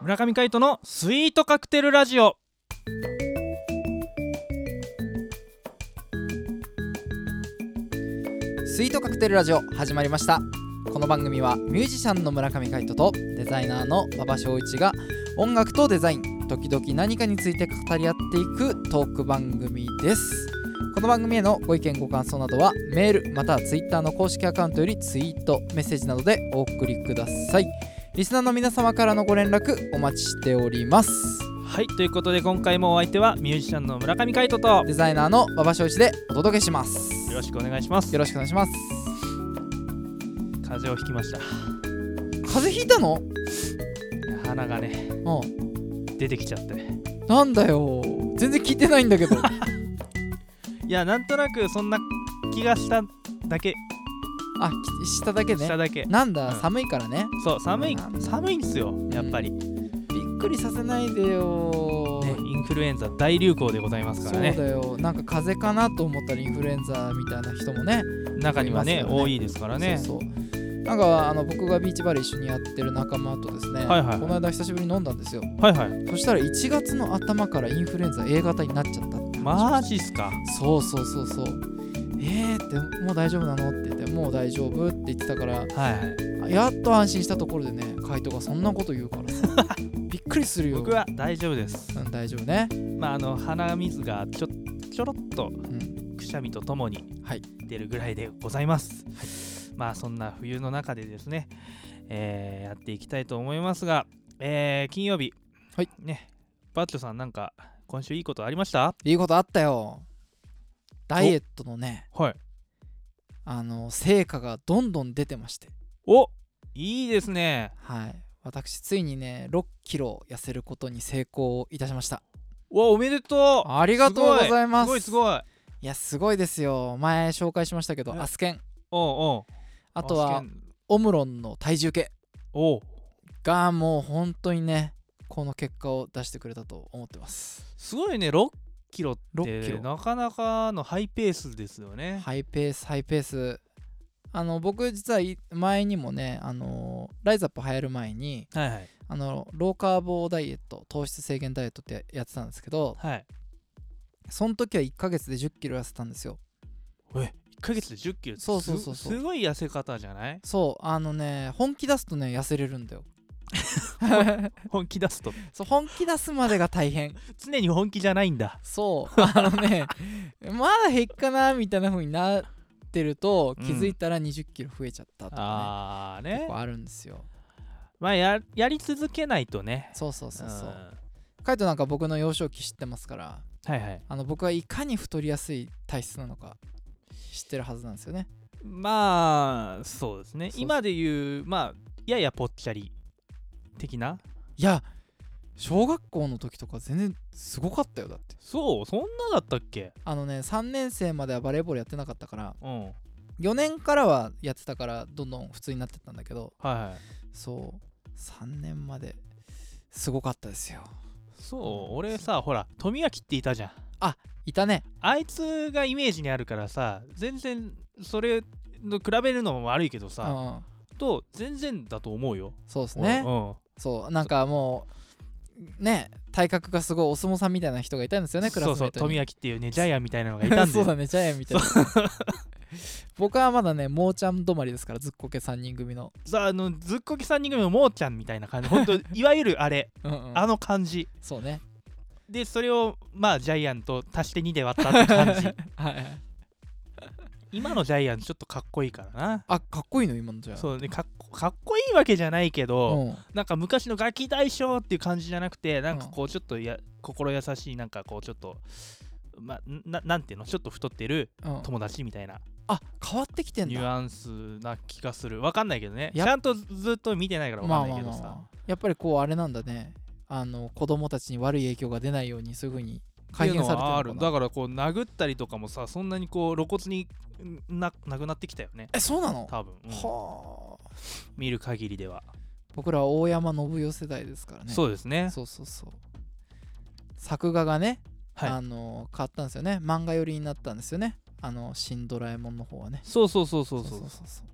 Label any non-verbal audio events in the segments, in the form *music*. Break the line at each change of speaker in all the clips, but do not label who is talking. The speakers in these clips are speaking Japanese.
村上海人のスイートカクテルラジオ
スイートカクテルラジオ始まりましたこの番組はミュージシャンの村上海人とデザイナーの馬場翔一が音楽とデザイン時々何かについて語り合っていくトーク番組ですこの番組へのご意見ご感想などはメールまたはツイッターの公式アカウントよりツイートメッセージなどでお送りくださいリスナーの皆様からのご連絡お待ちしております
はいということで今回もお相手はミュージシャンの村上海人とよ
デザイナーの馬場翔一でお届けします
ろしくお願いします
よろしくお願いします
風邪をひきました
風邪ひいたの
鼻がね
うん
出てきちゃって
なんだよ全然聞いてないんだ
*laughs*
けど
いやなんとなくそんな気がしただけ
あきしただけ
し
ね
ただけ
なんだ、
うん
寒いからね
そう寒い
うん
寒いんですよやっぱり、ね、
びっくりさせないでよ、
インフルエンザ大流行でございますか
そ
ら
う
ね
だよなんか風邪かなと思ったらインフルエンザみたいな人もね
中にはね
いますよね
多いですからね
そうそうなんかあの僕がビーチバレー一緒にやってる仲間とです
は
ね、
いはいはい
この間久しぶりに飲んだんですよ
はいはい
そしたら1月の頭からインフルエンザ A 型になっちゃったって話
マジっすか
そうそうそうそうえー、ってもう大丈夫なのって言ってもう大丈夫って言ってたから
はいはい
やっと安心したところでねカイトがそんなこと言うからさ
*laughs*
びっくりするよ
僕は大丈夫です
うん、大丈夫ね
まああの鼻水がちょちょろっと
うん
くしゃみとともに
はい
出るぐらいでございます、まあそんな冬の中でですね、えーやっていきたいと思いますが、えー金曜日
はい
ねバッチョさんなんか今週いいことありました
いいことあったよダイエットのね
はい
あの成果がどんどん出てまして
おいいですね
はい私ついにね6キロ痩せることに成功いたしました
うわおめでとう
ありがとうございます
すごいすごい
いやすごいですよ前紹介しましたけど
え
アスケン
おうおう
あと
試
は
験
オムロンの体重計
おう
がもう本当にねこの結果を出してくれたと思ってます
すごいね6キロっ
6キ
て
ロ
なかなかのハイペースですよね、
ハイペースハイペースあの僕実はい前にもねあのライズアップ流行る前に
はいはい
あのローカーボダイエット糖質制限ダイエットってやってたんですけど
はい
その時は1ヶ月で1 0キロ痩せたんですよ
え1ヶ月で1 0キロ
そうそうそうそう
すすごい痩せ方じゃない
そうあのね本気出すとね痩せれるんだよ
本気出すと
そう本気出すまでが大変
常に本気じゃないんだ
そうあのね *laughs* まだ減っかなみたいな風になってると気づいたら2 0キロ増えちゃったとか
ああ
ね、
ね
結構あるんですよ
まあややり続けないとね
そうそうそうそ
ん
うカイトなんか僕の幼少期知ってますから
はいはい
あの僕はいかに太りやすい体質なのか知ってるはずなんですよね
まあそうですね
そう
今で言うまあややぽっちゃり的ない
や小学校の時とか全然すごかったよだって
そうそんなだったっけ
あのね3年生まではバレーボールやってなかったから
うんはい
4年からはやってたからどんどん普通になってったんだけど
はい
そう3年まですごかったですよ
そう俺さほら富明っていたじゃん
いたね
あいつがイメージにあるからさ全然それの比べるのも悪いけど
う
さ、
ん
と全然だと思うよ
そうですね
うん
そうなんかもうね体格がすごいお相撲さんみたいな人がいたんですよねクラスメート
そう
に
そう富明っていうねジャイアンみたいなのがいたんで *laughs*
そうだねジャイアンみたいな僕はまだねもうちゃん止まりですからずっこけ3人組の、
さあのずっこき3人組のもーちゃんみたいな感じ本当いわゆるあれ
うんうん
あの感じ
そうね
でそれをまあジャイアンと足して2で割ったって感
*laughs*
じ
はい
今のジャイアンちょっとかっこいいからな
あかっこいいの今のじゃあ
そうねかっこかっこいいわけじゃないけど、
うん、
なんか昔のガキ大将っていう感じじゃなくてなんかこうちょっとや心優しいなんかこうちょっとまあななんていうのちょっと太ってる
うん、
友達みたいな
あ変わってきてん
ニ
だ
ュアンスな気がするわかんないけどねち
やっ
ゃんとずっと見てないからわ
ま
か
あ
んな
まあ
いけ
ま
ど
あ、
さ、
まあ、やっぱりこうあれなんだねあの子供たちに悪い影響が出ないようにそういうふうに改
ってい
善
う
されてるの
はあ
かな
だからこう殴ったりとかもさそんなにこう露骨にんななくなってきたよね
えそうなの、
多分、うん
はあ
見る限りでは、
僕らは大山信代世代ですからね
そうですね
そうそうそう作画がね、
はい
あの変わったんですよね漫画寄りになったんですよねあの「新ドラえもん」の方はね
そうそうそうそうそう
そうそう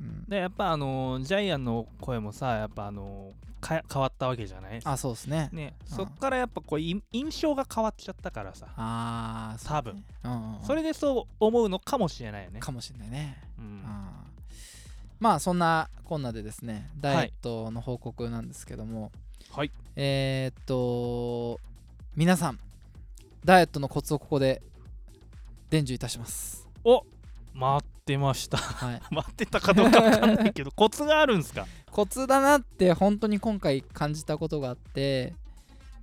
うん、
でやっぱあのジャイアンの声もさやっぱあのか変わったわけじゃない
あそうですね
ね
うん
そっからやっぱこうい印象が変わっちゃったからさ
ああ
多分
うんうんうん
それでそう思うのかもしれないよね
かもしれないね
うん
あーまあそんなこんなでですね
い
ダイエットの報告なんですけども、
はい
えーっと皆さんダイエットのコツをここで伝授いたし
*laughs*
ます
お待ってました *laughs*
はい
待ってたかどうかわかんないけどコツがあるんすか
コツだなって本当に今回感じたことがあって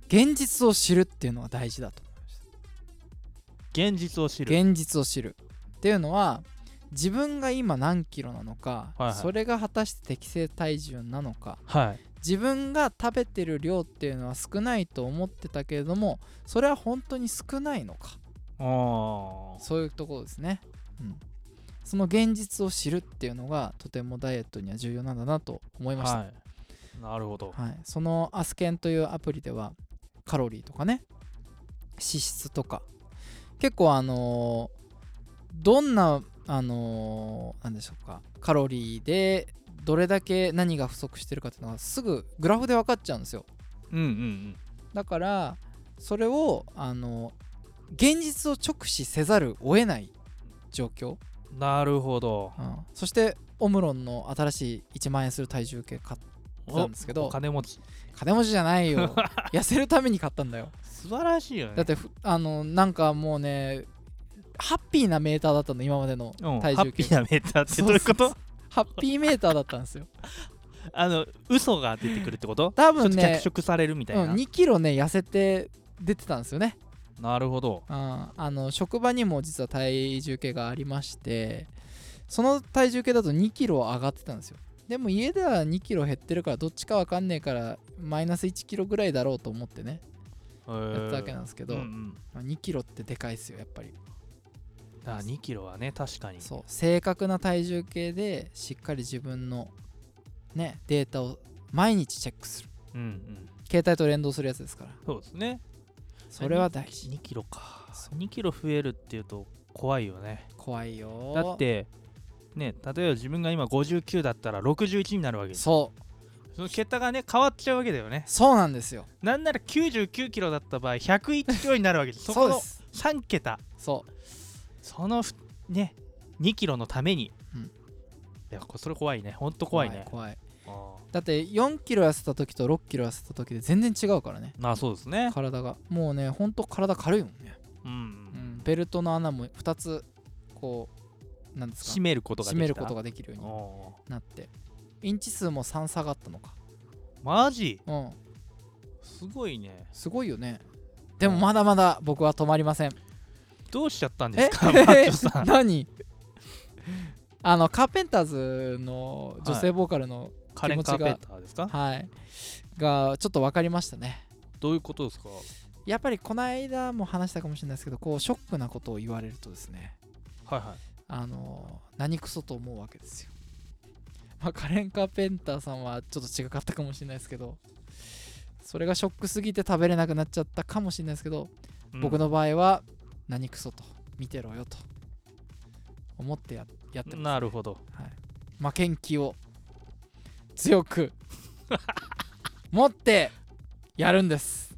現実を知るっていうのは大事だと思いました
現実を知る
現実を知るっていうのは自分が今何キロなのか、
はいはい
それが果たして適正体重なのか
はい
自分が食べてる量っていうのは少ないと思ってたけれどもそれは本当に少ないのか
あー
そういうところですね、うん、その現実を知るっていうのがとてもダイエットには重要なんだなと思いました、は
はいなるほど
いそのアスケンというアプリではカロリーとかね脂質とか結構あのーどんなあのーなんでしょうかカロリーでどれだけ何が不足してるかっていうのがすぐグラフで分かっちゃうんですよ
うんうんうん
だからそれをあの現実を直視せざるを得ない状況、
なるほど
うんそしてオムロンの新しい1万円する体重計買っ
お
なんですけど
お金持ち
金持ちじゃないよ痩せるために買ったんだよ
素晴らしいよね
だってふあのなんかもうねハッピーなメーターだったの今までの
うん、ハ
体重
ッ
計
ピーなメーターってどういうこ
そう
と
そうハッピーメーターだったんですよ
あの嘘が出てくるってこと
多
ちょっ
分
と
ね
脚、色されるみた
う
いな、
ん、2キロね痩せて出てたんですよね
なるほど
あーあの職場にも実は体重計がありましてその体重計だと2キロ上がってたんですよでも家では2キロ減ってるからどっちかわかんねえからマイナス1キロぐらいだろうと思ってねやってたわけなんですけ
け
ど、
うんうん、
まあ2キロってでかいですよやっぱり
あ2キロはね確かに
そう正確な体重計でしっかり自分のねデータを毎日チェックする
う,、んうん、
携帯と連動するやつですから
そうですね
それは大事
2キロか
そう
2キロ増えるっていうと怖いよね
怖いよ
だってね例えば自分が今59だったら61になるわけです
そう
その桁がね変わっちゃうわけだよね
そうなんですよ
なんなら99キロだった場合101キロになるわけですそ
*laughs* そ
こ
うで
の
す
3桁
そう
そのふね2キロのために、
うん
いやこそれ怖いねほんと怖いね
怖い怖
あ
いだって4キロ痩せた時と6キロ痩せた時で全然違うからね
ーまあそうですね
体がもうねほんと体軽いもんね、
うん、
うん、ベルトの穴も2つこうなんです
締
か
めることができ
締
た
めることができるように
お
なってインチ数も3下がったのか
ーマジ
うん
すごいね
すごいよねでもまだまだ僕は止まりません
どうしちゃったんで
え
*laughs* すかマッチョさ
*laughs*
ん
何あのカーペンターズの女性ボーカルの
カレン・カーペンターですか
はい、がちょっと分かりましたね
どういうことですか
やっぱりこの間も話したかもしれないですけどこうショックなことを言われるとですね
はいはい
あの何クソと思うわけですよ、まあ、カレン・カーペンターさんはちょっと違かったかもしれないですけどそれがショックすぎて食べれなくなっちゃったかもしれないですけど、
うん
僕の場合は何クソと見てろよと思ってややってます、
なるほど
はい、負けん気を
*laughs*
強く持ってやるんです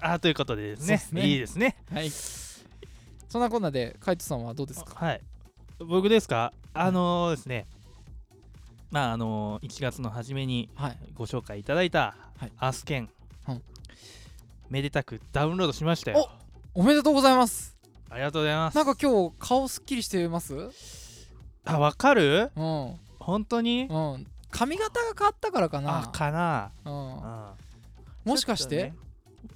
あーということでです
そうっ
ね
すね
いいですね
はいそんなこんなでカイトさんはどうですか
はい僕ですかあのーですねまああのー、1月の初めに
はい
ご紹介いただいた
はい
アスケン、
うん
めでたくダウンロードしましたよ
おめでとうございます
ありがとうございます
なんか今日顔すっきりしてますうん
あわかる
うん
本当に
髪型が変わったからか
あ
な
かな
う、
うんん
もしかし
ち
て、
ょっとね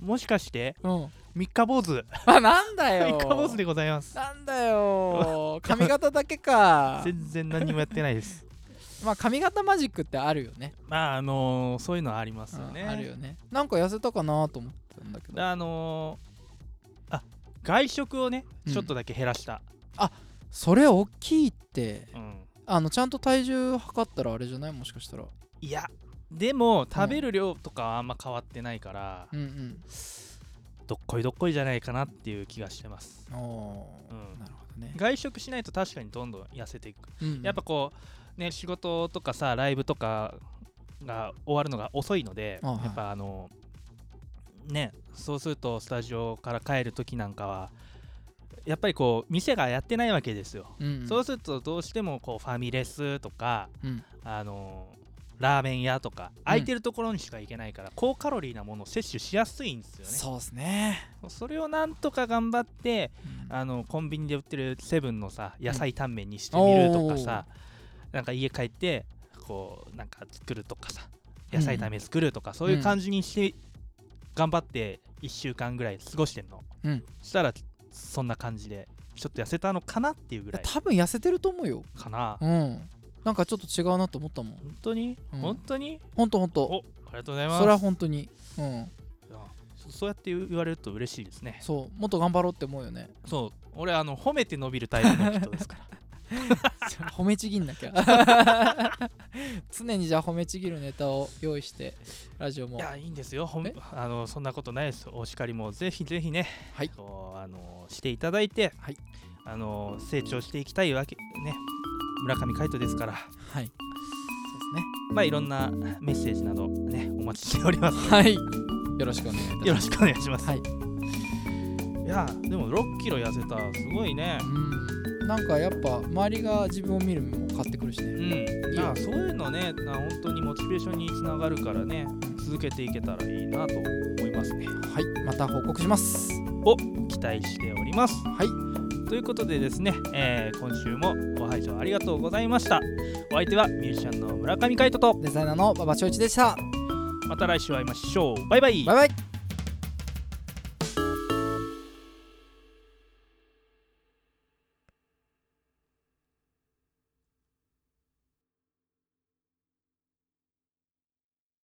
もしかして
うん
三日坊主
あなんだよ
三日坊主でございます
なんだ
*laughs*
よ髪型だけか
全然何もやってないです
*laughs* まあ髪型マジックってあるよね
まああのーそういうのはありますよね
うんあるよねなんか痩せたかなと思ったんだけど
あのーあ外食をね
うん
ちょっとだけ減らした、
それ大きいって
うん
あのちゃんと体重測ったらあれじゃないもしかしたら
いやでも食べる量とかはあんま変わってないから、
うんうん
どっこいどっこいじゃないかなっていう気がしてます
おおー、
うん
なるほどね、
外食しないと確かにどんどん痩せていく
うん
やっぱこうね仕事とかさライブとかが終わるのが遅いので
あはい
やっぱあのねそうするとスタジオから帰る時なんかはやっぱりこう店がやってないわけですよ、
うんうん
そうするとどうしてもこうファミレスとか
うん
あのラーメン屋とか空いてるところにしか行けないから、高カロリーなものを摂取しやすいんですよね
そうですね、
それをなんとか頑張って
うん
あのコンビニで売ってるセブンのさ野菜タンメンにしてみるとかさ、なんか家帰ってこうなんか作るとかさ野菜タンメン作るとか、そういう感じにして、頑張って1週間ぐらい過ごしてんの、
うん
したらそんな感じでちょっと痩せたのかなっていうぐらい
多分痩せてると思うよ
かな、
うんなんかちょっと違うなと思ったもん
本当に、
うん
本当に
ほんとほんと
おありがとうございます
それは本当にうん
あそそうやって言う言われると嬉しいですね
そうもっと頑張ろうって思うよ
*laughs*
ね
そう俺あの褒めて伸びるタイプの人です *laughs* から
褒めちぎんなきゃ
*laughs*
常にじゃあ褒めちぎるネタを用意してラジオも
いやいいんですよほん
え
あのそんなことないですお叱りもぜひぜひね、
はい
こうあのしていただいて、
はい
あの成長していきたいわけね村上海人ですから
はいそ
まあいろんなメッセージなどねお待ちしております
うですねはいよろしくお願いいたします
よろしくお願いします、
はい
いやでも6キロ痩せたすごいね
うんなんかやっぱ周りが自分を見る目も変わってくるし
う
ね
んいやそういうのねな本当にモチベーションにつながるからね続けていけたらいいなと思いますね
はいまた報告します
期待しております
はい
ということでですね、えー今週もご拝聴ありがとうございましたお相手はミュージシャンの村上海人と
デザイナーの馬場翔一でした
また来週会いましょうバイバイ
バイバイ